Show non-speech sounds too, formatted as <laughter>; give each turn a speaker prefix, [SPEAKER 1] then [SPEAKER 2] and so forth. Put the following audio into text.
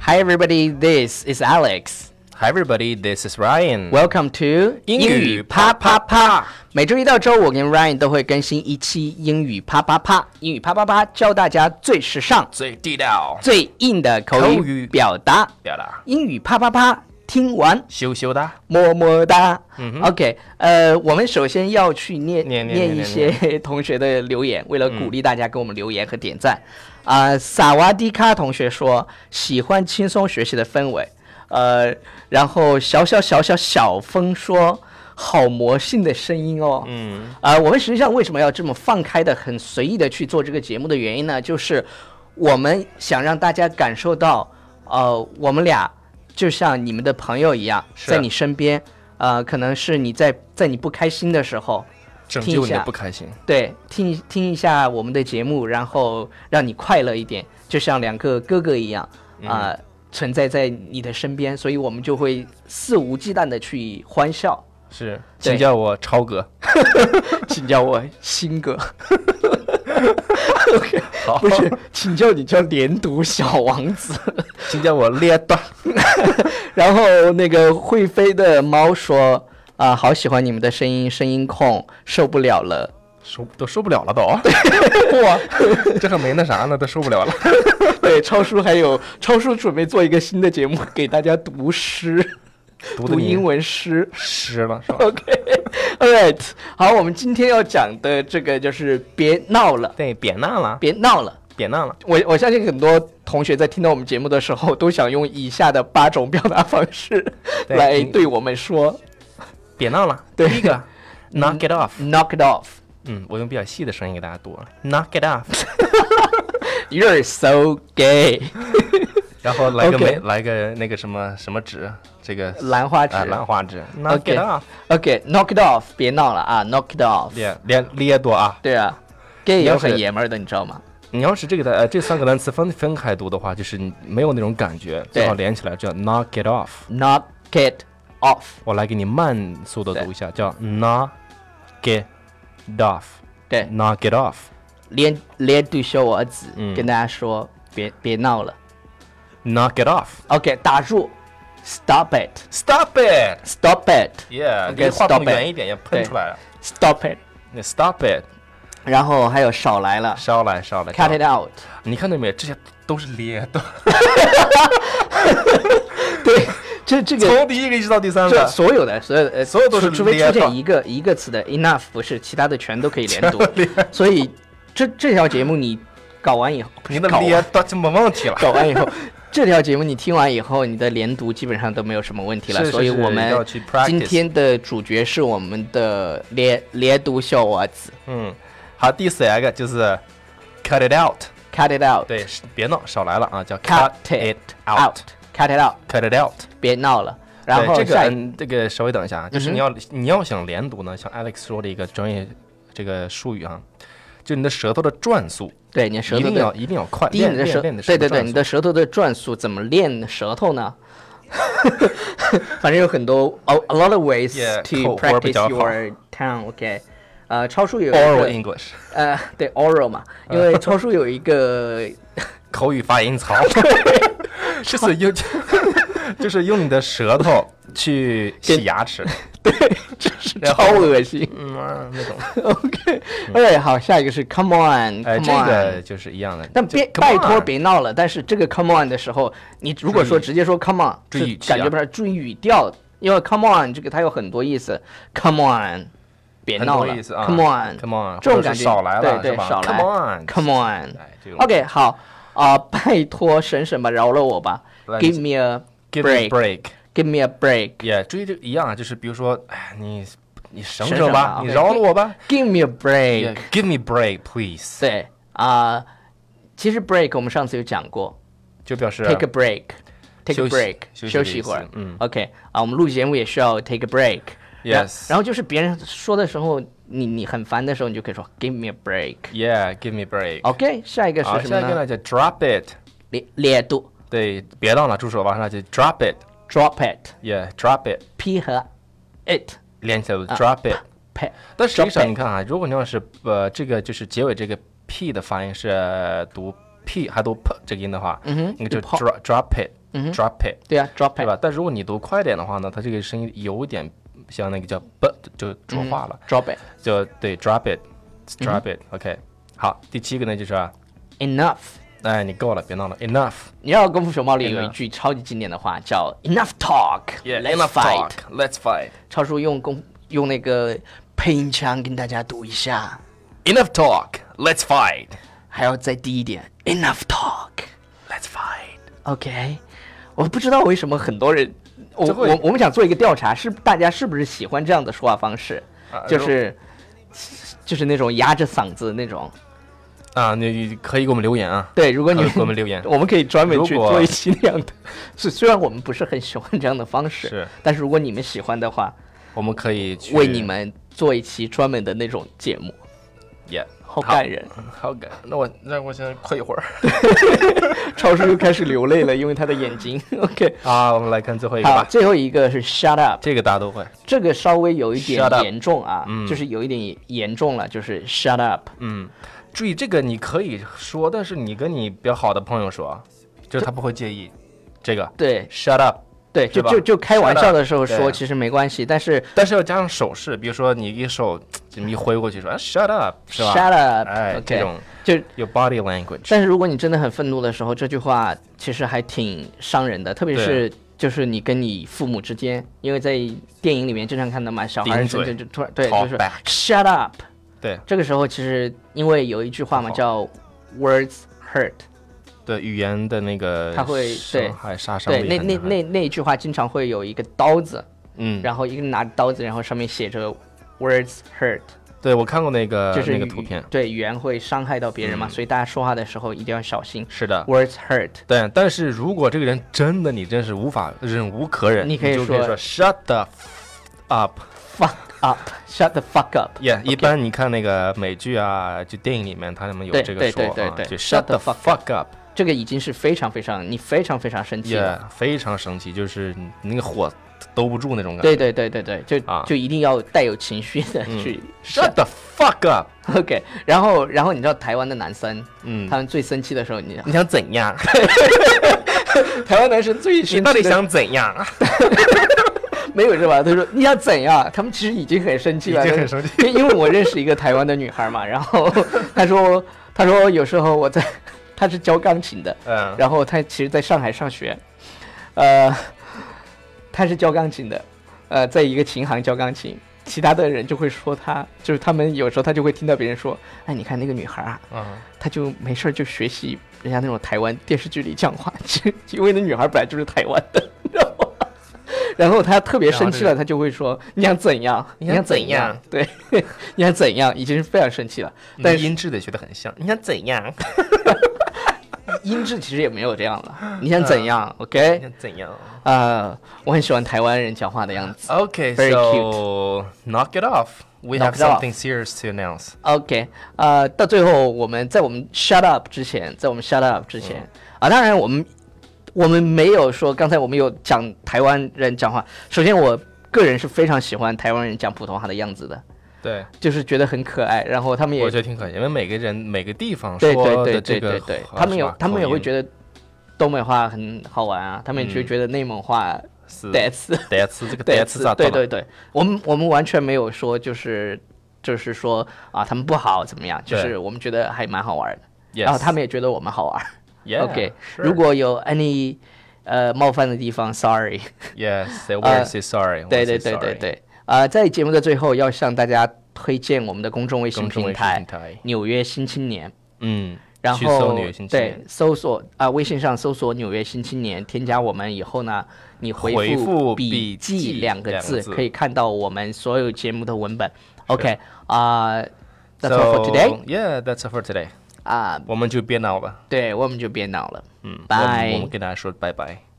[SPEAKER 1] Hi everybody, this is Alex.
[SPEAKER 2] Hi everybody, this is Ryan.
[SPEAKER 1] Welcome to
[SPEAKER 2] 英语啪啪啪。
[SPEAKER 1] 每周一到周五，我跟 Ryan 都会更新一期英语啪啪啪。英语啪啪啪教大家最时尚、
[SPEAKER 2] 最地道，
[SPEAKER 1] 最硬的口
[SPEAKER 2] 口
[SPEAKER 1] 语
[SPEAKER 2] 语
[SPEAKER 1] 表达。
[SPEAKER 2] 表达
[SPEAKER 1] 英语啪啪啪，听完
[SPEAKER 2] 羞羞的，
[SPEAKER 1] 么么哒。OK，呃，我们首先要去念
[SPEAKER 2] 念念
[SPEAKER 1] 念一
[SPEAKER 2] 念
[SPEAKER 1] 些 <laughs> 同学的留言，为了鼓励大家给我们留言和点赞。
[SPEAKER 2] 嗯
[SPEAKER 1] 啊，萨瓦迪卡同学说喜欢轻松学习的氛围。呃，然后小小小小小风说好魔性的声音哦。
[SPEAKER 2] 嗯，
[SPEAKER 1] 呃，我们实际上为什么要这么放开的、很随意的去做这个节目的原因呢？就是我们想让大家感受到，呃，我们俩就像你们的朋友一样，
[SPEAKER 2] 是
[SPEAKER 1] 在你身边。呃，可能是你在在你不开心的时候，
[SPEAKER 2] 拯
[SPEAKER 1] 听
[SPEAKER 2] 救
[SPEAKER 1] 一
[SPEAKER 2] 你
[SPEAKER 1] 下
[SPEAKER 2] 的不开心。
[SPEAKER 1] 对，听一听一下我们的节目，然后让你快乐一点，就像两个哥哥一样啊、存在在你的身边，所以我们就会肆无忌惮的去欢笑。
[SPEAKER 2] 是，
[SPEAKER 1] 对
[SPEAKER 2] 请叫我超哥。
[SPEAKER 1] <laughs> 请叫我新哥。OK，不
[SPEAKER 2] <laughs>
[SPEAKER 1] 是，请叫你叫连读小王 <laughs> 子。
[SPEAKER 2] 请叫我列 <laughs> 段。
[SPEAKER 1] 然后那个会飞的猫说：“啊、好喜欢你们的声音，声音控，受不了了。
[SPEAKER 2] 受都受不了了都， <laughs> 哇，这还没那啥呢，都受不了了。”
[SPEAKER 1] <laughs> 对，超叔还有超叔准备做一个新的节目，给大家读诗，
[SPEAKER 2] <laughs> 读哦的
[SPEAKER 1] 读
[SPEAKER 2] 你
[SPEAKER 1] 英文诗。
[SPEAKER 2] 湿了是吧？
[SPEAKER 1] All right，好，我们今天要讲的这个就是别闹了，
[SPEAKER 2] 对，扁担了，
[SPEAKER 1] 别闹了。
[SPEAKER 2] 扁担了。
[SPEAKER 1] 我我相信很多同学在听到我们节目的时候，都想用以下的八种表达方式
[SPEAKER 2] <laughs> 对
[SPEAKER 1] 来
[SPEAKER 2] 你
[SPEAKER 1] 对我们说
[SPEAKER 2] 别闹了。
[SPEAKER 1] 对
[SPEAKER 2] 第一个，knock it off。
[SPEAKER 1] “knock it off”。
[SPEAKER 2] 嗯，我用比较细的声音给大家读啊，knock it off。
[SPEAKER 1] You're so gay，
[SPEAKER 2] 然后来个
[SPEAKER 1] OK
[SPEAKER 2] 没来个那个什么什么纸，这个
[SPEAKER 1] 兰花指。
[SPEAKER 2] 啊兰花指，knock
[SPEAKER 1] OK
[SPEAKER 2] it off。
[SPEAKER 1] OK，knock、it off，别闹了啊，knock it off。
[SPEAKER 2] 列列列多啊！
[SPEAKER 1] 对啊，gay
[SPEAKER 2] 你
[SPEAKER 1] 也
[SPEAKER 2] 要是
[SPEAKER 1] 很爷们儿的，你知道吗？
[SPEAKER 2] 你要是这个的呃这三个单词分分开读的话，就是你没有那种感觉，
[SPEAKER 1] 对
[SPEAKER 2] 最好连起来叫 knock it off。
[SPEAKER 1] knock it off。
[SPEAKER 2] 我来给你慢速的读一下，叫 knock it off，knock
[SPEAKER 1] 对，
[SPEAKER 2] it off。
[SPEAKER 1] 连连对小我子、
[SPEAKER 2] 嗯
[SPEAKER 1] 跟大家说，别别闹了。
[SPEAKER 2] Knock it off.
[SPEAKER 1] OK，打住，Stop it，Stop
[SPEAKER 2] Stop it.
[SPEAKER 1] it，Stop
[SPEAKER 2] Yeah，
[SPEAKER 1] OK，
[SPEAKER 2] 离话
[SPEAKER 1] stop
[SPEAKER 2] 筒
[SPEAKER 1] it
[SPEAKER 2] 远一点，要喷出来了。
[SPEAKER 1] it。
[SPEAKER 2] 那 Stop it，
[SPEAKER 1] 然后还有少来了
[SPEAKER 2] 烧来烧来。烧
[SPEAKER 1] ，Cut
[SPEAKER 2] 来
[SPEAKER 1] it out。
[SPEAKER 2] 你看到没有？这些都是咧的，
[SPEAKER 1] <laughs> 对，这这个
[SPEAKER 2] 从第一个一直到第三
[SPEAKER 1] 这
[SPEAKER 2] 个，
[SPEAKER 1] 所有的所有的呃
[SPEAKER 2] 所有都是
[SPEAKER 1] 除除非
[SPEAKER 2] 连
[SPEAKER 1] 出
[SPEAKER 2] 到
[SPEAKER 1] 现一个一个词的 enough 不是，其他的全都可以 <laughs> 连读。所以这这条节目你搞完以后，不
[SPEAKER 2] 你
[SPEAKER 1] 是
[SPEAKER 2] 的
[SPEAKER 1] 搞 <laughs>
[SPEAKER 2] 咧
[SPEAKER 1] 完
[SPEAKER 2] 的就没问题了。
[SPEAKER 1] 搞完以后，这条节目你听完以后，你的连读基本上都没有什么问题了。
[SPEAKER 2] 是是
[SPEAKER 1] 所以
[SPEAKER 2] 是
[SPEAKER 1] 我们
[SPEAKER 2] 要去 practice
[SPEAKER 1] 今天的主角是我们的连连读小娃子
[SPEAKER 2] 嗯，好，第四个就是 cut it out，
[SPEAKER 1] ，Cut it out，
[SPEAKER 2] 对，是别闹，少来了啊，叫
[SPEAKER 1] Cut
[SPEAKER 2] cut
[SPEAKER 1] it
[SPEAKER 2] it out，cut
[SPEAKER 1] out，Cut it out，
[SPEAKER 2] it out。
[SPEAKER 1] 别闹了。然后
[SPEAKER 2] 对这个
[SPEAKER 1] 下一嗯
[SPEAKER 2] 嗯这个稍微等一下啊，就是你要你要想连读呢，像 Alex 说的一个专业这个术语啊，就你的舌头的转速
[SPEAKER 1] 对你的舌
[SPEAKER 2] 一
[SPEAKER 1] 头
[SPEAKER 2] 定
[SPEAKER 1] 的
[SPEAKER 2] 要一定要快，
[SPEAKER 1] 第一，
[SPEAKER 2] 练
[SPEAKER 1] 你的舌，
[SPEAKER 2] 练练你的
[SPEAKER 1] 对
[SPEAKER 2] 舌头
[SPEAKER 1] 对对，
[SPEAKER 2] 转
[SPEAKER 1] 你的舌头的转速
[SPEAKER 2] 速
[SPEAKER 1] 怎么练舌头呢？ <laughs> 反正有很多 a a lot of ways
[SPEAKER 2] Yeah，
[SPEAKER 1] to
[SPEAKER 2] 口活儿比
[SPEAKER 1] practice
[SPEAKER 2] 较好
[SPEAKER 1] your tongue。OK，呃，超叔有一个
[SPEAKER 2] oral English
[SPEAKER 1] 呃，对 oral 嘛，因为超叔有一
[SPEAKER 2] <laughs>
[SPEAKER 1] 个
[SPEAKER 2] 口语发音槽， <laughs> 就是用 <laughs> 就是用你的舌头去洗
[SPEAKER 1] <laughs>
[SPEAKER 2] 牙齿，然后
[SPEAKER 1] 超恶心。
[SPEAKER 2] 嗯啊那种，
[SPEAKER 1] OK，哎，好，下一个是 come
[SPEAKER 2] 嗯哎，
[SPEAKER 1] on，come
[SPEAKER 2] 这
[SPEAKER 1] on。
[SPEAKER 2] 个就是一样的。
[SPEAKER 1] 但
[SPEAKER 2] 就
[SPEAKER 1] 别
[SPEAKER 2] come
[SPEAKER 1] 拜托
[SPEAKER 2] on
[SPEAKER 1] 别闹了。但是这个 come on 的时候，你如果说
[SPEAKER 2] 注意
[SPEAKER 1] 直接说 come on，
[SPEAKER 2] 注
[SPEAKER 1] 是
[SPEAKER 2] 意语气
[SPEAKER 1] 感觉
[SPEAKER 2] 啊
[SPEAKER 1] 不是注意语调，因为 come on 这个它有很多意思。come on，别
[SPEAKER 2] 很
[SPEAKER 1] 闹
[SPEAKER 2] 多
[SPEAKER 1] 了
[SPEAKER 2] 意思啊
[SPEAKER 1] come on，
[SPEAKER 2] ，come on，
[SPEAKER 1] 这种
[SPEAKER 2] 或者
[SPEAKER 1] 感
[SPEAKER 2] 是
[SPEAKER 1] 觉
[SPEAKER 2] 少来了
[SPEAKER 1] 对
[SPEAKER 2] 是
[SPEAKER 1] 对，
[SPEAKER 2] 吧
[SPEAKER 1] 少来
[SPEAKER 2] come on
[SPEAKER 1] come on。
[SPEAKER 2] 哎，这种
[SPEAKER 1] OK，好啊，拜托省省吧，饶了我吧
[SPEAKER 2] 来
[SPEAKER 1] ，give me a
[SPEAKER 2] give me a
[SPEAKER 1] break，give
[SPEAKER 2] break。
[SPEAKER 1] me a break，give
[SPEAKER 2] 也追这一样啊，就是比如说，哎，你你省
[SPEAKER 1] 省省
[SPEAKER 2] 省
[SPEAKER 1] 吧
[SPEAKER 2] 吧，你
[SPEAKER 1] ，OK
[SPEAKER 2] 饶了我吧。
[SPEAKER 1] me a break，
[SPEAKER 2] Yeah, Give me break, please，
[SPEAKER 1] 对啊，其实 break 我们上次有讲过，
[SPEAKER 2] 就表示
[SPEAKER 1] take a break，take a
[SPEAKER 2] 休息
[SPEAKER 1] break，
[SPEAKER 2] 休息的
[SPEAKER 1] 休息一会
[SPEAKER 2] 意
[SPEAKER 1] 儿
[SPEAKER 2] 思。嗯
[SPEAKER 1] ，OK 啊，我们录节目也需要 take a break。然
[SPEAKER 2] Yes
[SPEAKER 1] 然后就是别人说的时候，你你很烦的时候，你就可以说 give me a break。
[SPEAKER 2] yeah, give me break。
[SPEAKER 1] OK，下一个
[SPEAKER 2] 好，
[SPEAKER 1] 是
[SPEAKER 2] 下
[SPEAKER 1] 什
[SPEAKER 2] 一
[SPEAKER 1] 么
[SPEAKER 2] 个
[SPEAKER 1] 呢？
[SPEAKER 2] 呢叫 drop it，
[SPEAKER 1] 烈烈度
[SPEAKER 2] 对，别闹了，住手吧，那就 drop it，yeah,
[SPEAKER 1] drop it，
[SPEAKER 2] drop it，
[SPEAKER 1] p 和 it
[SPEAKER 2] 连起来 drop it。
[SPEAKER 1] p。
[SPEAKER 2] 但实际
[SPEAKER 1] 啊 drop it
[SPEAKER 2] 上你看啊，如果你要是呃这个就是结尾这个 p 的发音是呃读 p 还读 p 这个音的话，嗯哼，那个就
[SPEAKER 1] 就 pop
[SPEAKER 2] drop drop it，
[SPEAKER 1] 嗯哼
[SPEAKER 2] drop it，
[SPEAKER 1] 对啊，drop
[SPEAKER 2] 对吧？但如果你读快点的话呢，它这个声音有点像那个叫 but 就浊化了，
[SPEAKER 1] it，drop it。
[SPEAKER 2] 就对 drop it，drop
[SPEAKER 1] 嗯
[SPEAKER 2] it，OK、好，第七个呢就是、啊，
[SPEAKER 1] Enough，
[SPEAKER 2] 哎，你够了，别闹了，enough，
[SPEAKER 1] 你知道《功夫熊猫》里有一
[SPEAKER 2] Enough
[SPEAKER 1] 句超级经典的话，叫 “Enough talk, let's fight”。
[SPEAKER 2] let's fight。
[SPEAKER 1] 超叔用公用那个配音腔跟大家读一下，
[SPEAKER 2] Enough talk, let's fight,
[SPEAKER 1] 还要再低一点，“Enough talk”。
[SPEAKER 2] let's fight。
[SPEAKER 1] OK，我不知道为什么很多人，我
[SPEAKER 2] 这会
[SPEAKER 1] 我我们想做一个调查，是大家是不是喜欢这样的说话方式，
[SPEAKER 2] 啊
[SPEAKER 1] 就是就是那种压着嗓子的那种。
[SPEAKER 2] 啊，你可以给我们留言啊，
[SPEAKER 1] 对，如果你
[SPEAKER 2] 可以给我们留言
[SPEAKER 1] <laughs> 。我们可以专门去
[SPEAKER 2] 如果
[SPEAKER 1] 做一期那样的。是， <laughs> 虽然我们不是很喜欢这样的方式，
[SPEAKER 2] 是
[SPEAKER 1] 但是如果你们喜欢的话，
[SPEAKER 2] 我们可以去
[SPEAKER 1] 为你们做一期专门的那种节目，
[SPEAKER 2] 耶，
[SPEAKER 1] 好感人。
[SPEAKER 2] 好感。那我那我先困一会 <laughs> 儿
[SPEAKER 1] 超叔又开始流泪了，因为他的眼
[SPEAKER 2] <laughs>
[SPEAKER 1] 睛。OK，
[SPEAKER 2] 啊。我们来看最后一个
[SPEAKER 1] 好，
[SPEAKER 2] 吧，
[SPEAKER 1] 最后一个是 Shut Up。
[SPEAKER 2] 这个大家都会。
[SPEAKER 1] 这个稍微有一点
[SPEAKER 2] Shut up
[SPEAKER 1] 严重啊，就是有一点严重了，就是 shut up。
[SPEAKER 2] 嗯，注意这个你可以说，但是你跟你比较好的朋友说，就是他不会介意。这个
[SPEAKER 1] 对
[SPEAKER 2] shut up，
[SPEAKER 1] 对，就是
[SPEAKER 2] 吧
[SPEAKER 1] 就就开玩
[SPEAKER 2] Shut
[SPEAKER 1] 笑
[SPEAKER 2] up，
[SPEAKER 1] 的时候说，
[SPEAKER 2] 对
[SPEAKER 1] 其实没关系，但是
[SPEAKER 2] 但是要加上手势，比如说你一手这么一挥过去说、啊、shut up，是吧
[SPEAKER 1] shut up，
[SPEAKER 2] 哎
[SPEAKER 1] OK
[SPEAKER 2] 这种
[SPEAKER 1] 就
[SPEAKER 2] 有 body language，
[SPEAKER 1] 但是如果你真的很愤怒的时候，这句话其实还挺伤人的，特别是就是你跟你父母之间，因为在电影里面经常看到嘛，小孩
[SPEAKER 2] 顶
[SPEAKER 1] 就
[SPEAKER 2] 嘴
[SPEAKER 1] 就就突然对，
[SPEAKER 2] Talk
[SPEAKER 1] 就是
[SPEAKER 2] back
[SPEAKER 1] shut up。
[SPEAKER 2] 对
[SPEAKER 1] 这个时候其实因为有一句话嘛，
[SPEAKER 2] 不好
[SPEAKER 1] 叫 words hurt，
[SPEAKER 2] 对语言的那个
[SPEAKER 1] 他会对
[SPEAKER 2] 伤害杀伤嗯
[SPEAKER 1] 对，
[SPEAKER 2] 力
[SPEAKER 1] 那
[SPEAKER 2] 很
[SPEAKER 1] 那
[SPEAKER 2] 很
[SPEAKER 1] 那那一句话经常会有一个刀子，
[SPEAKER 2] 嗯，
[SPEAKER 1] 然后一个拿刀子，然后上面写着 words hurt，
[SPEAKER 2] 对我看过那个
[SPEAKER 1] 就是
[SPEAKER 2] 呃那个
[SPEAKER 1] 语
[SPEAKER 2] 图片，
[SPEAKER 1] 对语言会伤害到别人嘛，所以大家说话的时候一定要小心
[SPEAKER 2] 是的。
[SPEAKER 1] words hurt。
[SPEAKER 2] 对，但是如果这个人真的你真是无法忍无可忍，
[SPEAKER 1] 你
[SPEAKER 2] 你
[SPEAKER 1] 可以
[SPEAKER 2] 就可以
[SPEAKER 1] 说
[SPEAKER 2] 说 shut the f- up。
[SPEAKER 1] Fuck up，shut the fuck up。
[SPEAKER 2] 也一般你看那个美剧啊，就电影里面他们有
[SPEAKER 1] 对
[SPEAKER 2] 这个
[SPEAKER 1] 对
[SPEAKER 2] 说
[SPEAKER 1] 对
[SPEAKER 2] 啊
[SPEAKER 1] 对，
[SPEAKER 2] 就
[SPEAKER 1] 对
[SPEAKER 2] shut the
[SPEAKER 1] fuck
[SPEAKER 2] fuck up，
[SPEAKER 1] 这个已经是非常非常，你非常非常生气
[SPEAKER 2] 也
[SPEAKER 1] 了。
[SPEAKER 2] 非常生气，就是你那个火兜不住那种感觉。
[SPEAKER 1] 对对对对对，就、
[SPEAKER 2] 啊嗯
[SPEAKER 1] 就一定要带有情绪的去。
[SPEAKER 2] shut the fuck up，
[SPEAKER 1] OK，然后然后你知道台湾的男生，
[SPEAKER 2] 嗯
[SPEAKER 1] 他，们最生气的时候，你知道
[SPEAKER 2] 你想
[SPEAKER 1] <laughs>
[SPEAKER 2] 怎样？
[SPEAKER 1] 台湾男生最生
[SPEAKER 2] 你
[SPEAKER 1] 气
[SPEAKER 2] 到底
[SPEAKER 1] 的
[SPEAKER 2] 想怎样？
[SPEAKER 1] 没有是吧？他说你想怎样？他们其实已经很生气了，
[SPEAKER 2] 已经很生
[SPEAKER 1] 气。 <laughs> 因为我认识一个台湾的女孩嘛， <laughs> 然后她说她说有时候我在，她是教钢琴的，
[SPEAKER 2] 嗯，
[SPEAKER 1] 然后她其实在上海上学，呃，她是教钢琴的，呃，在一个琴行教钢琴。其他的人就会说她，就是他们有时候她就会听到别人说，哎，你看那个女孩啊，
[SPEAKER 2] 嗯
[SPEAKER 1] 她就没事儿就学习人家那种台湾电视剧里讲话，其实因为那女孩本来就是台湾的，你知道吗？ <laughs> 然后她特别生气了，她就会说：“你想怎样？
[SPEAKER 2] 你
[SPEAKER 1] 想
[SPEAKER 2] 想怎
[SPEAKER 1] 怎样？对， <laughs> 你想怎样？”已经是非常生气了。但
[SPEAKER 2] 但
[SPEAKER 1] 是
[SPEAKER 2] 音质得学得很像。你想怎样？
[SPEAKER 1] 音质其实也没有这样了。 <laughs> 你想怎样？OK，
[SPEAKER 2] <laughs> 你想怎样
[SPEAKER 1] 啊，我很喜欢台湾人讲话的样子。
[SPEAKER 2] ？Okay,
[SPEAKER 1] Very
[SPEAKER 2] so knock it off. We
[SPEAKER 1] Knock
[SPEAKER 2] have
[SPEAKER 1] it off.
[SPEAKER 2] something serious to announce.
[SPEAKER 1] OK，呃，到最后我们在我们 shut up 之前，在我们 shut up 之前、
[SPEAKER 2] 嗯
[SPEAKER 1] 啊，当然我们我们没有说刚才我们有讲台湾人讲话。首先，我个人是非常喜欢台湾人讲普通话的样子的，
[SPEAKER 2] 对，
[SPEAKER 1] 就是觉得很可爱。然后他们也
[SPEAKER 2] 我觉得挺可惜，因为每个人每个地方
[SPEAKER 1] 对对
[SPEAKER 2] 说
[SPEAKER 1] 对
[SPEAKER 2] 的
[SPEAKER 1] 对
[SPEAKER 2] 这
[SPEAKER 1] 对
[SPEAKER 2] 个，
[SPEAKER 1] 对，他们
[SPEAKER 2] 啊
[SPEAKER 1] 有他们也会觉
[SPEAKER 2] 得
[SPEAKER 1] 得东北话很好玩啊，他们也觉
[SPEAKER 2] 嗯
[SPEAKER 1] 觉得内蒙话
[SPEAKER 2] 是
[SPEAKER 1] 带刺。
[SPEAKER 2] <laughs> 得词这
[SPEAKER 1] <laughs>
[SPEAKER 2] 个
[SPEAKER 1] 对
[SPEAKER 2] 得词咋
[SPEAKER 1] 对
[SPEAKER 2] 断了
[SPEAKER 1] 对对，我们我们完全没有说就是就是说啊他们不好怎么样，就
[SPEAKER 2] 对
[SPEAKER 1] 是我们觉得还蛮好玩的。
[SPEAKER 2] Yes
[SPEAKER 1] 然后他们也觉得我们好玩。
[SPEAKER 2] Yeah,
[SPEAKER 1] OK，
[SPEAKER 2] sure.
[SPEAKER 1] 如果有 any 呃冒犯的地方，sorry。
[SPEAKER 2] <laughs> Yes, they
[SPEAKER 1] 呃
[SPEAKER 2] will say sorry.
[SPEAKER 1] 对
[SPEAKER 2] we'll
[SPEAKER 1] 对
[SPEAKER 2] say
[SPEAKER 1] 对对
[SPEAKER 2] sorry.
[SPEAKER 1] 对。呃，在节目的最后，要向大家推荐我们的公众微信
[SPEAKER 2] 公众
[SPEAKER 1] 平
[SPEAKER 2] 微信
[SPEAKER 1] 台
[SPEAKER 2] 平台
[SPEAKER 1] 《纽约新青年》。
[SPEAKER 2] 嗯，
[SPEAKER 1] 然
[SPEAKER 2] 去搜
[SPEAKER 1] 后
[SPEAKER 2] 女性青
[SPEAKER 1] 对
[SPEAKER 2] 年，
[SPEAKER 1] 搜索啊、微信上搜索“纽约新青年”，添加我们以后呢，你回
[SPEAKER 2] 回复
[SPEAKER 1] 笔
[SPEAKER 2] 笔
[SPEAKER 1] 记
[SPEAKER 2] 记
[SPEAKER 1] 两个
[SPEAKER 2] 两个
[SPEAKER 1] 字，
[SPEAKER 2] 字
[SPEAKER 1] 可以看到我们所有节目的文本。OK 啊、t h a t s all for
[SPEAKER 2] So,
[SPEAKER 1] today
[SPEAKER 2] Yeah, that's all for today.
[SPEAKER 1] 啊、
[SPEAKER 2] 我们就别闹了，
[SPEAKER 1] 对，我们就别闹了，
[SPEAKER 2] 嗯，我们
[SPEAKER 1] 拜
[SPEAKER 2] 我们跟大家说拜拜。